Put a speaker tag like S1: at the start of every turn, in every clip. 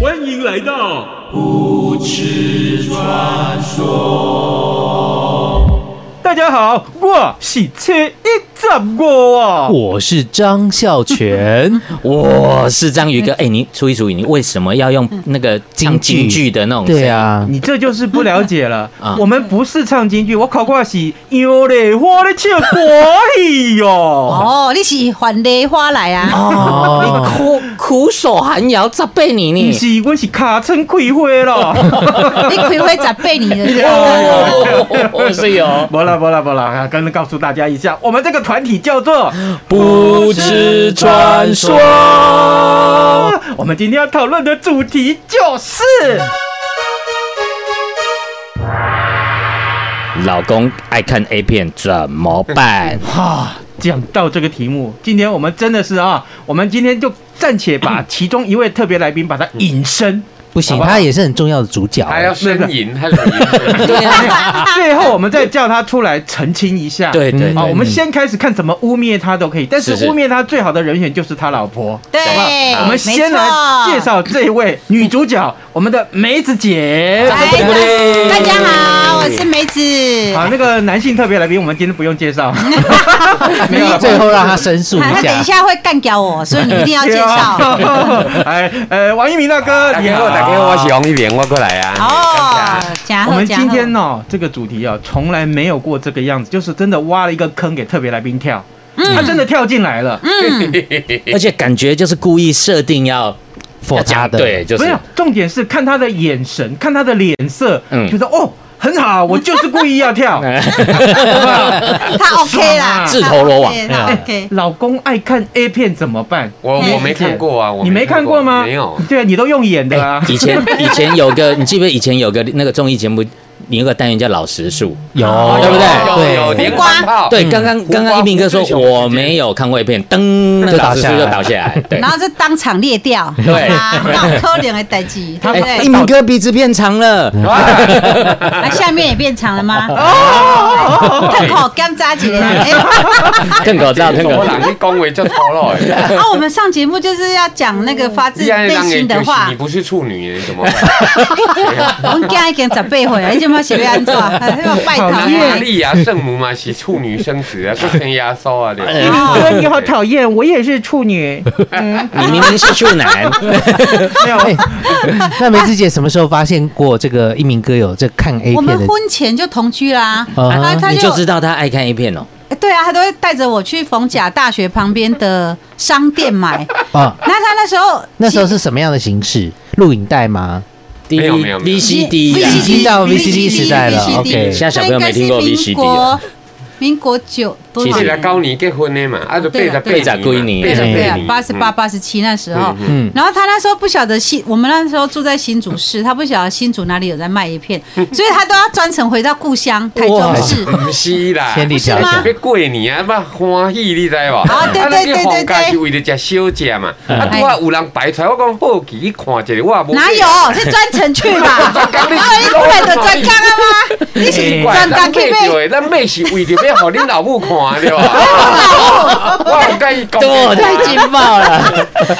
S1: 欢迎来到舞池传说。大家好，我是车一十五啊，
S2: 我是张孝全，
S3: 我是章鱼 哥，哎、你初一初一，你为什么要用那个京京剧的那种？
S2: 对，啊，
S1: 你这就是不了解了
S3: 啊。
S1: 我们不是唱京剧，我考过是有嘞，我的唱国语哟。
S4: 哦，你是还梨花来啊？
S2: 哦，
S3: 苦苦守寒窑，责备你
S1: 不
S3: 你。
S1: 是，我是卡称开花咯。
S4: 你开会十八年的
S3: 哦
S4: 对不对，
S3: 是有
S1: 不啦不啦不啦，刚刚告诉大家一下，我们这个团体叫做
S3: 不知传说。
S1: 啊我们今天要讨论的主题就是
S3: 老公爱看 A 片怎么办？
S1: 啊，讲到这个题目，今天我们真的是啊，我们今天就暂且把其中一位特别来宾把他隐身，
S2: 不行，
S1: 好吧
S2: 他也是很重要的主角，
S3: 哎
S5: 还要呻吟，他什么吟？
S3: 对啊，
S1: 最后我们再叫他出来澄清一下。
S3: 对对嗯
S1: 啊，我
S3: 对，
S1: 们先开始看怎么污蔑他都可以，但是
S3: 是是
S1: 污蔑他最好的人选就是他老婆。
S4: 对，
S1: 我们先来介绍这位女主角，我们的梅子姐
S4: 没。错。来，哎大家好，我是梅子。
S1: 哎好，那个男性特别来宾，我们今天不用介绍。啊没有了，
S2: 最后让他 申诉一
S4: 他等
S2: 下
S4: 一。下会干掉我，所以你一定要介 绍。
S1: 哎呃，王一鸣大哥，
S5: 大
S1: 你
S5: 家
S1: 好，
S5: 好，大家好，我是王一鸣，我过来啊
S4: 哦。，加贺，
S1: 我们今天
S4: 加贺
S1: 呢、这个主题啊，从来没有过这个样子，就是真的挖了一个坑给特别来宾跳，他真的跳进来了。
S3: 而且感觉就是故意设定要
S2: 否
S3: 要
S2: 他
S3: 讲
S2: 的
S3: 对，就
S1: 没
S3: 是
S1: 有，重点是看他的眼神，看他的脸色，
S3: 嗯
S1: 觉得哦很好，我就是故意要 跳。啊
S4: 他 OK 啦，
S3: 自投罗网
S4: 他 OK，他
S1: 哎
S4: OK。
S1: 老公爱看 A 片怎么办？
S5: 我
S4: 嗯
S5: 我没看过啊，我
S1: 你没看过吗？
S5: 没有。
S1: 对啊，你都用演的啊
S3: 哎。以 前以前有个，你记不记得以前有个那个综艺节目，有个单元叫老实树？
S2: 有
S3: 对不对
S5: 有有
S2: 对
S5: 连环炮，
S3: 对，刚
S2: 嗯
S3: 刚刚刚一鸣哥说我没有看过一片，噔，那个老师就倒下来。 对
S4: 然，后就当场裂掉，
S3: 对
S4: 啊，那可怜的代 志，对不
S3: 哎，一
S4: 对？
S3: 鸣哥鼻子变长了，
S4: 那下面也变长 了吗？
S1: 哦，
S4: 痛口干扎 起来。哎
S3: 更搞
S5: 这
S3: 笑，更
S5: 怎
S3: 搞
S5: 么
S3: 笑。
S5: 人去恭维叫错了？
S4: 啊，我们上节目就是要讲那个发自
S5: 既然
S4: 内
S5: 让
S4: 心
S5: 人
S4: 的话
S5: 你。不是处女，你怎么办？
S4: 我们囝已经十八岁了，你怎么是要安怎？还要拜堂
S1: 好
S5: 玛
S4: 啊？
S5: 丽啊，圣母嘛是处女生子啊，不生压缩啊，对
S3: 哎
S1: 哥你好讨厌，我也是处女。
S3: 你明明是处男，
S1: 没有，
S2: 哎那梅子姐什么时候发现过这个一鸣哥有这看 A
S4: 我
S2: 片
S4: 们
S2: 的？
S4: 婚前就同居啦，
S2: 啊
S4: 啊，他
S3: 你就
S4: 就
S3: 知道他爱看 A 片哦。
S4: 哎对啊，他都会带着我去逢甲大学旁边的商店买。
S2: 啊，
S4: 那他那时候
S2: 那时候是什么样的形式？录影带吗？
S3: D
S5: 没有没有没有
S3: VCD 呀
S2: VCD 已经到 VCD 时代了
S4: VCD
S2: OK
S3: 现在小朋友没听过
S4: 那应该
S3: VCD
S4: 是民国
S3: 了
S4: 民国九多
S3: 其
S4: 少
S3: 实
S5: 为
S4: 年
S5: 了？高年结婚的嘛，啊就
S4: 对
S5: 背
S4: 啊
S5: 着
S4: 对
S5: 背着
S3: 八十几年
S5: 背着
S4: 对啊
S5: 背着，，
S4: 八十八、八十七那时候，
S2: 嗯
S4: 然后他那时候不晓得新，我们那时候住在新竹市，他不晓得新竹哪里有在卖一片，所以他都要专程回到故乡台中 市。
S5: 嗯。不是啦，
S2: 千里迢
S4: 不是
S2: 迢
S4: 吗
S5: 要过年啊，要欢喜，你知无？
S4: 啊对对对对对
S5: 啊咱去放假是为了食小食嘛。啊，拄啊有人摆出来，我讲好奇看一下，我也无。
S4: 哪有？是专程去吧？啊，
S5: 工你
S4: 你不会的专岗啊吗？你是
S5: 奇哎怪，
S4: 专
S5: 咱
S4: 岗
S5: 买
S4: 去买？
S5: 着的，咱买是为着要互恁老母看，对吧？我有甲伊讲。
S3: 对，太劲爆 了。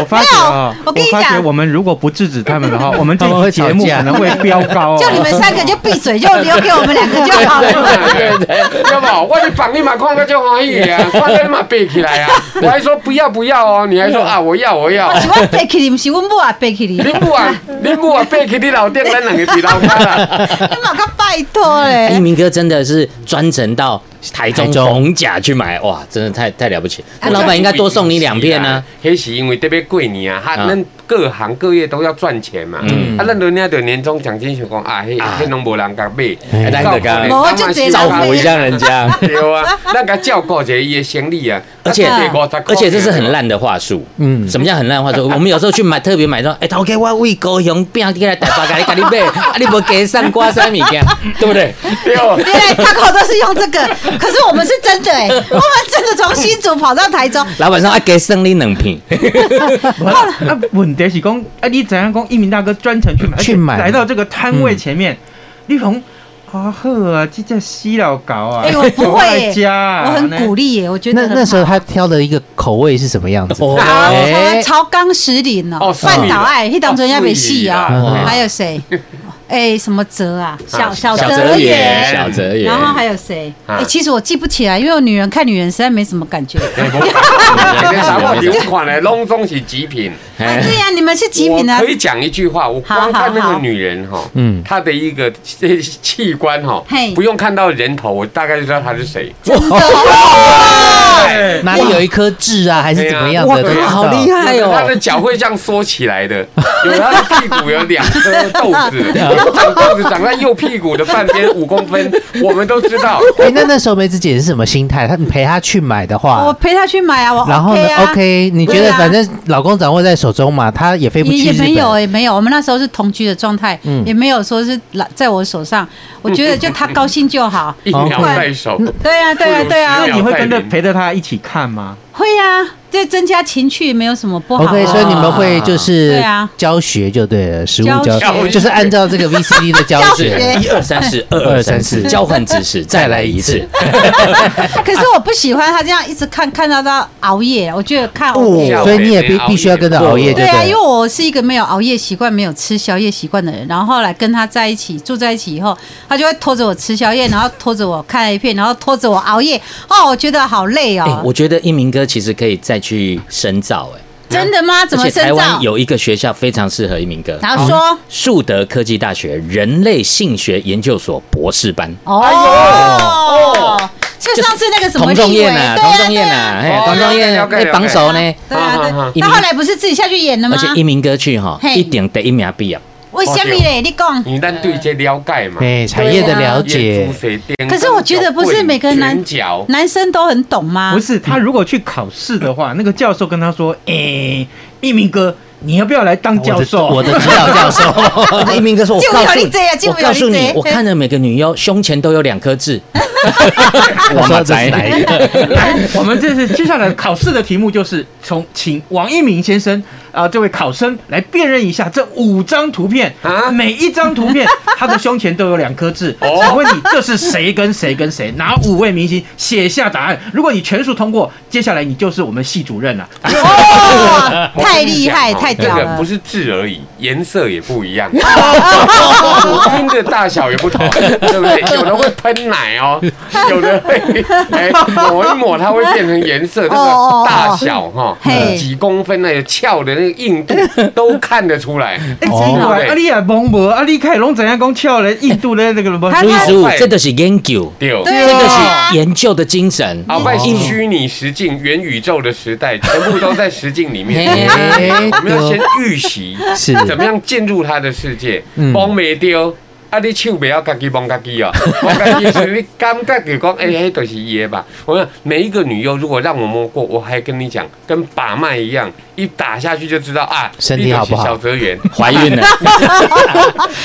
S1: 我发觉啊，
S4: 没有我跟你
S1: 发觉
S4: 讲
S1: 我们如果不制止他们的话，我们这
S2: 他们
S1: 期
S2: 会
S1: 节目
S2: 吵架
S1: 可能会飙高哦。
S4: 就你们三个就闭嘴，就留给我们两个就好了。
S5: 对对，要不我的榜你嘛看个就欢喜啊，看个你嘛背起来啊。我还说不要不要哦，你还说啊我要我 要。
S4: 是我背起你，不是我母啊背起你，
S5: 你 母啊，你母啊背起你老爹，咱两个伫老家啦。
S4: 你马个拜托欸
S3: 一
S4: 嘞！
S3: 鸣哥真的是专程到台中
S2: 台中
S3: 逢甲去买，哇，真的太太了不起。那老板应该多送你两片呢。
S5: 迄是因为特别过年啊，哈，
S3: 啊
S5: 咱各行各业都要赚钱嘛。
S3: 嗯
S5: 啊，咱人家的年终奖金想讲啊，迄迄拢无人甲买，啊
S3: 哎咱就甲
S4: 无就直接啊
S3: 造
S4: 浪
S3: 福一
S4: 费
S3: 下人家。
S5: 对啊， 咱甲照顾一下伊的生理啊，
S3: 而且
S5: 咱给50块
S3: 而且这是很烂的话术，嗯，什么叫很烂的话术？我们有时候去买特别买到，哎，头家我为高雄变过来台北，给你给你买，啊，你不给上瓜山米件，对不对？
S5: 对 哦。
S4: 原来他口都是用这个，可是我们是真的哎、我们真的从新竹跑到台中，
S3: 老板说啊，给生你两瓶，
S1: 啊，问题是讲，啊，你怎样讲？一鸣大哥专程去买，
S2: 去买嗯
S1: 而且来到这个摊位前面，绿鹏啊呵啊，这叫西老搞啊！
S4: 哎、我不会、耶，
S1: 家啊，
S4: 我很鼓励耶、我觉得
S2: 那
S4: 很好
S2: 那时候他挑的一个口味是什么样子？
S3: 哦
S4: 啊，
S2: 哎
S4: 我超钢石林
S5: 哦
S4: 哦，
S5: 是
S4: 半岛爱，那当中也没戏
S5: 哦
S4: 啊
S2: 是，
S4: 还有谁？哎，什么泽啊，小小
S3: 小
S4: 泽
S3: 泽
S4: 野
S3: 野，，小泽野，
S4: 然后还有谁？
S5: 啊
S4: 哎，其实我记不起来，因为我女人看女人实在没什么感觉。啊，
S5: 那个啥，我流款的拢总是极品。
S3: 哎
S4: 啊对呀，你们是极品啊
S5: 我可，以讲一句话，我光看那个女人哈，嗯
S2: 嗯，
S5: 她的一个这器官哈
S4: 嘿，
S5: 不用看到人头，我大概就知道她是谁。
S4: 真的。
S5: 哎
S2: 哪里有一颗痣啊，还是怎么样的？
S5: 哇
S2: 都
S3: 好厉
S2: 害！
S3: 害
S5: 她
S3: 哦！
S5: 的脚会这样缩起来 的，有她的屁股有两颗豆子，
S4: 啊
S5: 长豆子长在右屁股的半边五公分，我们都知道。
S2: 哎，那那时候梅子姐是什么心态？她你陪她去买的
S4: 我
S2: 话，
S4: 陪她去买啊，我
S2: 然后呢
S4: OK 啊
S2: ？OK，你觉
S4: 对
S2: 得
S4: 啊
S2: 反正老公掌握在手中嘛，她也飞不
S4: 也
S2: 去
S4: 也
S2: 日
S4: 没有
S2: 本。嗯
S4: 也没有，我们那时候是同居的状态，也没有说是揽在我手上。我觉得就她高兴就好。
S5: 一秒在手，
S4: 对呀，对呀，对啊呀
S1: 那，你会跟着
S5: 嗯
S1: 陪着他一起看吗？
S4: 会呀，这增加情趣没有什么不好啊。
S2: OK，所以你
S3: 哦
S2: 们会就是
S4: 对啊
S2: 教学就对了，实物
S4: 教
S2: 教
S5: 学
S2: 就是按照 这个 VCD 的教
S4: 教
S2: 学
S4: 学。
S3: 一二三四，二二三四，交换姿势，再来一次。
S4: 可是我不喜欢他这样一直看，看到他熬夜，我觉得看 OK。
S2: 哦，所以你也必必须要跟着熬夜，
S4: 对
S2: 不
S4: 啊，因为我是一个没有熬夜习惯、没有吃宵夜习惯的人。然后后来跟他在一起住在一起以后，他就会拖着我吃宵夜，然后拖着我看 A 片，然后拖着我熬夜。哦，我觉得好累
S3: 哎，
S4: 哦。
S3: 我觉得一鸣哥其实可以再去深造，哎，
S4: 真的吗？怎
S3: 而
S4: 么
S3: 且台
S4: 深造
S3: 湾？有一嗯个学校非常适合一鸣哥，
S4: 然后说
S3: 树德科技大学人类性学研究所博士班。
S4: 哦，就上次那个什么
S3: 童仲
S4: 立委，对
S3: 彦呐，
S4: 啊，
S3: 童仲
S4: 对
S3: 彦
S4: 啊，
S3: 呐，哎
S5: 哦，
S3: 童仲彦
S5: 了解了
S3: 哎
S5: 解
S3: 榜首呢，
S4: 对啊，对。
S3: 一鸣
S4: 那后来不是自己下去演了吗
S3: 而？且一鸣哥去哈，
S4: 嘿
S3: 一定得一名毕业。
S4: 为什么嘞？你讲。
S5: 你咱哦对这了解嘛？
S2: 哎产业的了解
S5: 对啊珠水电
S4: 可是我觉得不是每个
S5: 棍
S4: 男
S5: 拳脚
S4: 男生都很懂吗？
S1: 不是，他如果去考试的
S2: 嗯
S1: 话，那个教授跟他说：“诶，一鸣哥，你要不要来当教授？”
S2: 我的指导教 授。
S3: 一鸣哥说：“我
S4: 就有
S3: 告诉
S4: 你这样就
S3: 我
S4: 有
S3: 告诉
S4: 你这
S3: 你
S4: 样，
S3: 我看了每个女优胸前都有两颗 痣。
S2: 我说这是哪一个？
S1: 我们这是接下来考试的题目，就是从请王一鸣先生啊、这位考生来辨认一下这五张图片
S5: 啊
S1: 每一张图 片他的胸前都有两颗痣。
S5: 哦
S1: 我问你，这是谁跟谁跟谁？哪五位明星？写下答案。如果你全数通过，接下来你就是我们系主任了。
S4: 哦， 太厉害，
S5: 我跟
S4: 太
S5: 你讲哦
S4: 屌
S5: 这个
S4: 了
S5: 不！是痣而已，颜色也不一 样，眼睛的大小也不同，对不对？有的会喷奶 哦，有的会哎抹一抹，它会变成颜色，那
S4: 哦哦
S5: 个
S4: 哦
S5: 大小哈
S4: 嘿，
S5: 几公分那个翘的那个硬 度都看得出来。
S1: 哎、
S2: 哦
S1: 真的啊，你也懵无，啊，你开始拢怎样讲翘嘞？印度嘞那个什么？
S4: 他
S3: 所以说
S5: 他，
S3: 这就是研究，
S5: 对。
S4: 对
S3: 这就
S4: 啊
S3: 是研究的精 神。
S5: 鳌拜是啊虚拟实境、元宇宙的时代，全部都在实境里面。
S2: 哎
S5: 我们要先预习
S2: 是
S5: 怎么样进入他的世界，
S2: 嗯
S5: 崩没丢。啊！你手不要自己摸自己哦，摸自己是你感觉就讲，哎、那都是耶吧。我说每一个女优，如果让我摸过，我还跟你讲，跟把脉一样，一打下去就知道啊，
S2: 身体好不好
S5: 你就是小泽圆，
S3: 怀孕了，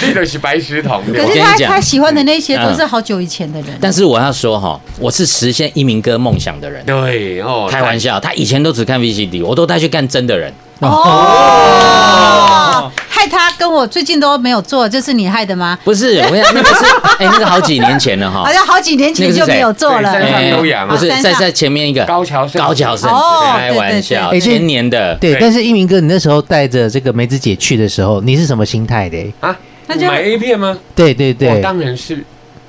S5: 你就是白石头。对 吧
S4: 可是
S3: 我跟
S4: 他
S3: 你讲
S4: 他喜欢的那些都是好久以前的人，
S3: 但是我要说哈，我是实现一鸣哥梦想的人。
S5: 对哦，
S3: 开玩笑，他以前都只看 VCD，我都带去看真的人。
S4: 哦，害他跟我最近都没有做，这是你害的吗？
S3: 不是，我跟你 讲，那个是，哎，那个好几年前了哈
S4: 好。像好几年前就没有做了哦
S5: 那。个
S3: 哎
S5: 是谁山上都养啊
S3: 不是
S4: 山上
S3: 在在前面一个
S5: 高桥圣子
S3: 高桥圣
S4: 哦
S3: 子，开
S4: 对对
S3: 玩笑，
S2: 对
S3: 前年的。
S2: 对
S5: 对，
S2: 但是一鸣哥，你那时候带着这个梅子姐去的时候，你是什么心态的？
S5: 啊，
S4: 那就
S5: 买 A 片吗？
S2: 对对
S5: 我
S2: 对，
S5: 当然是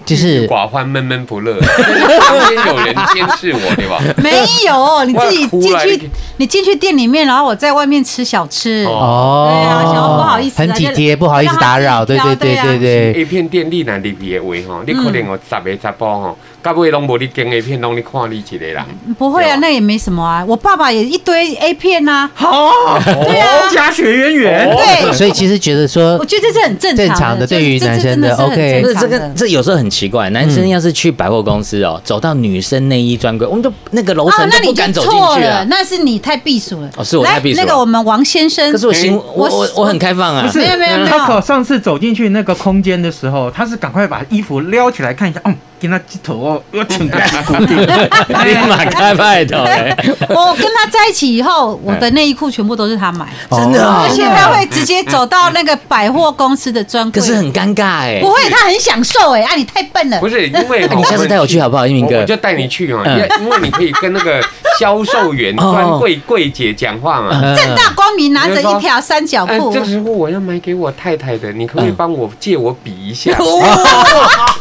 S2: 就是
S5: 寡欢闷闷不乐，旁边有人监视我，对吧？
S4: 没有，你自己
S5: 我
S4: 进
S5: 要哭了
S4: 去，你进去店里面，然后我在外面吃小吃。
S5: 哦
S2: 哦，
S4: 对啊想要不好意思啊
S2: 很体贴，
S4: 就
S2: 不好意思打扰，
S4: 让
S2: 对
S4: 他自
S2: 对
S4: 己
S2: 对
S4: 挑啊
S2: 对对，
S3: 嗯
S5: A 片店你若入去的话吼，你可能有十个十包吼，到尾拢无你经 A 片，拢你看你一个人。
S3: 嗯
S4: 不会
S5: 对
S4: 啊，
S5: 吧
S4: 那也没什么啊。我爸爸也一堆 A 片呐、啊，
S1: 好，哦，家学渊源，
S4: 对，
S2: 所以其实觉得说
S4: 我，觉得这是很呃正常
S2: 正常的
S4: 就是
S2: 对于
S4: 这
S2: 男生的
S4: 这真是很
S3: 不
S4: 正
S2: OK 嗯
S3: 是这
S4: 常
S3: 个
S4: 的，
S3: 这有时候很奇怪，男生要是去百货公司哦，走到女生内衣专柜，我们都那个楼层
S4: 哦，那
S3: 都
S4: 你
S3: 不
S4: 就
S3: 敢走进
S4: 错
S3: 去
S4: 了
S3: 啊，。
S4: 那是你太避暑了。
S3: 哦是我太避暑
S4: 来那
S3: 了
S4: 个我们王先生，
S3: 可是我心，我
S4: 哎我
S3: 我我很开放啊
S1: 不，是
S4: 没有没有没有
S1: Taco 上次走进去那个空间的时候，他是赶快把衣服撩起来看一下，嗯，给他鸡头哦，要 请个固定。
S3: 立马开派头哎 嘞。
S4: 我跟他在一起以后，我的内衣裤全部都是他买， 哦
S3: 真的啊
S4: 而且他会直接走到那个百货公司的专
S3: 可
S4: 柜，
S3: 是很尴尬哎
S4: 不。会，他很享受哎，啊，你太笨了
S5: 不，是因为
S3: 那你下次带我去好不好，一鸣
S5: 我
S3: 哥
S5: 我？就带你去嘛，
S3: 嗯
S5: 因因为你可以跟那个销售员、
S3: 哦嗯
S5: 专柜柜姐讲话嘛。
S4: 正大光明拿着一条三角
S5: 哎，
S4: 裤，
S5: 这时候我要买给我太太的，你可不可以
S3: 嗯哦
S5: 帮我借我比一下？
S2: 啊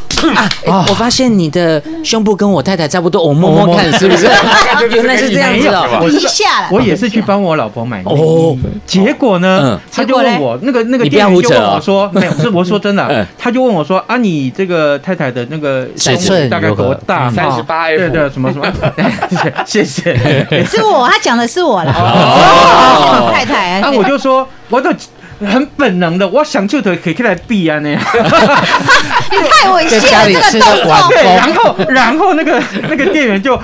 S3: 哎我发现你的胸部跟我太太差不多，我摸摸看是不 是？原来是这样子哦。
S4: 比一下了。
S1: 我也是去帮我老婆买内衣
S3: 哦，
S1: 结果呢
S3: 嗯，
S1: 他就问我那个那个
S3: 你不要
S1: 店
S3: 胡
S1: 员就
S3: 扯
S1: 问
S3: 哦
S1: 我说，没有，是我说真的
S3: 嗯
S1: 啊，他就问我说啊，你这个太太的那个
S3: 尺
S1: 胸
S2: 寸
S1: 部大概
S2: 如何
S1: 多大？
S5: 嗯
S1: 哈
S5: 38 F
S1: 对对，什么什么， 谢谢。
S4: 是我，他讲的是我啦，
S3: 哦
S4: 是我太太。
S1: 啊，我就说，我都很本能的，我想就腿可以来避啊那样。
S4: 你太猥亵
S2: 在家里
S4: 了，这
S2: 吃
S4: 个
S2: 个
S4: 动
S2: 晚
S4: 作。
S1: 对，然
S2: 风，
S1: 后然后那个那个店员就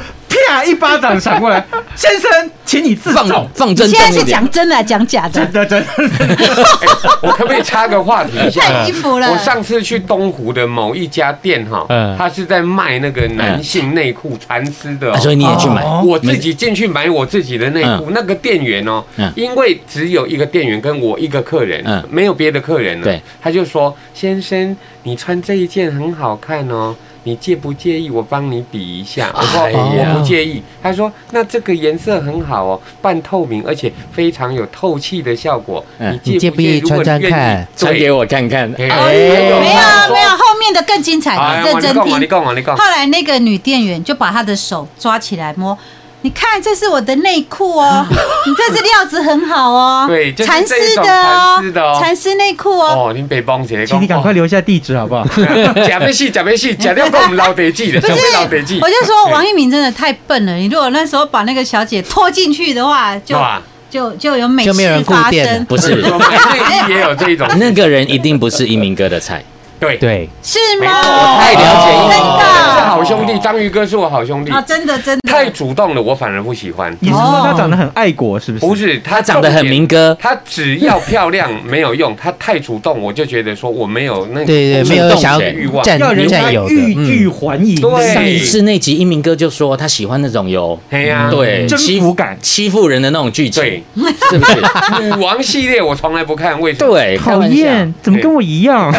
S1: 啪一巴掌闪过来，先生，请你自
S3: 放
S1: 重。
S3: 放
S4: 你
S3: 真
S4: 现在
S3: 重一
S4: 是
S3: 点。
S4: 讲真的，讲假的
S1: 真？的真的，
S5: 我可不可以插个话题一 下？
S4: 太衣服了
S5: 我上次去东湖的某一家店哈
S2: 嗯，
S5: 他是在卖那个男性内裤蚕丝的哦
S3: 啊，所以你也去买，
S1: 哦
S5: 我自己进去买我自己的内裤，那个店员哦
S3: 嗯，
S5: 因为只有一个店员跟我一个客人
S3: 嗯，
S5: 没有别的客人了
S3: 对，
S5: 他就说：“先生，你穿这一件很好看哦。”你介不介意我帮你比一下？我说
S3: 哎呀
S5: 我不介意。他说那这个颜色很好哦，半透明，而且非常有透气的效果。
S3: 嗯
S5: 你介不介意？
S2: 你介不介意穿穿看
S3: 穿给
S5: 我。
S3: 我看看。
S5: 对
S3: 哎
S4: 没有没有，后面的更精彩，
S5: 哎，
S4: 认真
S5: 你
S4: 听。
S5: 讲啊，你讲啊，
S4: 后来那个女店员就把她的手抓起来摸，你看这是我的内 裤哦，你这次料子很好哦，
S5: 对就是
S4: 蚕丝
S5: 这种
S4: 的
S5: 蚕丝的
S4: 哦
S5: 哦，
S4: 蚕丝内裤哦。
S5: 哦，你别帮姐，
S1: 请你赶快
S5: 留。
S1: 留下地址好不好？
S5: 假咩戏，假咩戏，假掉跟我们老得记的，
S4: 不
S5: 讲被老得记
S4: 是，我。就说王一鸣真的太笨了。你如果那时候把那个小姐拖进去的话，就
S5: 哇
S4: 就就有美
S2: 就没有
S4: 事
S2: 人顾
S4: 发
S2: 店
S4: 生
S2: 了，
S3: 不是，
S5: 我们内衣也有这一种，
S3: 那个人一定不是一鸣哥的 菜。
S5: 对，
S2: 对，
S4: 是
S5: 没错，我
S4: 吗？
S5: 太了解
S4: 哦真
S5: 了，我是
S4: 的
S5: 好兄弟，章鱼哥是我好兄弟
S4: 啊，，真的真的
S5: 太主动了，我反而不喜欢。
S1: 你是说他长得很爱国是不是？
S5: 不是，
S3: 他
S5: 他
S3: 长得很明哥，
S5: 他只要漂亮没有用，他太主动，我就觉得说我没有那
S2: 对对，没有想
S5: 欲
S2: 要
S5: 望，
S2: 占
S1: 要人家
S2: 占有的，
S1: 欲
S2: 嗯
S1: 拒还迎，
S5: 对
S3: 上一次那集一鸣哥就说他喜欢那种有嗯
S5: 嘿呀，嗯
S3: 对
S1: 征
S3: 欺
S1: 服感
S3: 欺负人的那种剧
S5: 对
S3: 情，，是不是？
S5: 女王系列我从来不看，为什么？
S3: 对，开
S1: 讨
S3: 玩笑
S1: 厌，怎么跟我一样？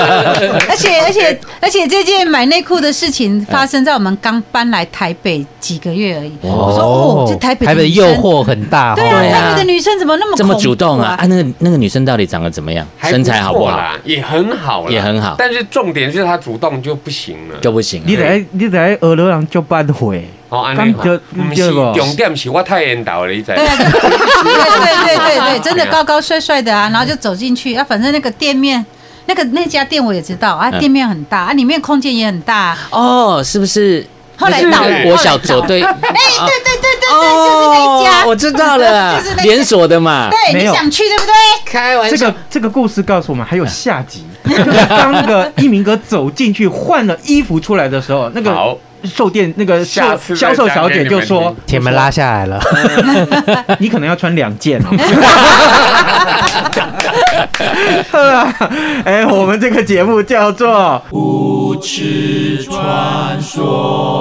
S4: 而且而且而且这件买内裤的事情发生在我们刚搬来台北几个月而已。我说哦，这台北
S2: 嗯台
S4: 的
S2: 北的
S4: 女
S2: 诱
S4: 生，
S2: 惑很大，哦
S4: 对
S3: 对
S4: 啊，
S3: 啊
S4: 台北的女生怎么那么
S3: 这么主动
S4: 恐怖
S3: 啊！啊，那个那个女生到底长得怎么样？
S5: 还
S3: 身材好不
S5: 错
S3: 好？
S5: 啦？也很好啦，
S3: 也很好
S5: 但是重点是他主动就不行了，
S3: 就不行
S1: 你
S3: 了。
S1: 来你来俄罗斯就扳回，
S5: 哦，安尼
S1: 咁就
S5: 唔
S1: 对
S5: 是
S1: 不
S5: 重点是我太缘投了，你知道
S4: 对
S5: 吗？
S4: 啊，就对对对对对，真的高高帅帅的啊，然后就走进去啊，反正那个店面，那个那家店我也知道啊，
S3: 嗯
S4: 店面很大啊，里面空间也很大啊。
S3: 哦，是不是？
S4: 后来
S5: 倒了
S3: 那个国小左 对，哎，对
S4: 对对对
S2: 哦
S4: 对，就是那一家，
S3: 我知道了
S4: 就是那，一家
S3: 连锁的嘛。
S4: 对，
S1: 没
S4: 你
S1: 有
S4: 想去对不对？
S3: 开玩
S1: 这个这个故事告诉我们还有下集。就是当那个一鸣哥走进去换了衣服出来的时候，那个
S5: 好
S1: 售店那个
S5: 下
S1: 销
S5: 次再
S1: 销售小姐就说
S5: 讲给你们：“
S2: 铁门拉下来了，
S1: 你可能要穿两件哦。” 啊哎，我们这个节目叫做《无耻传说》。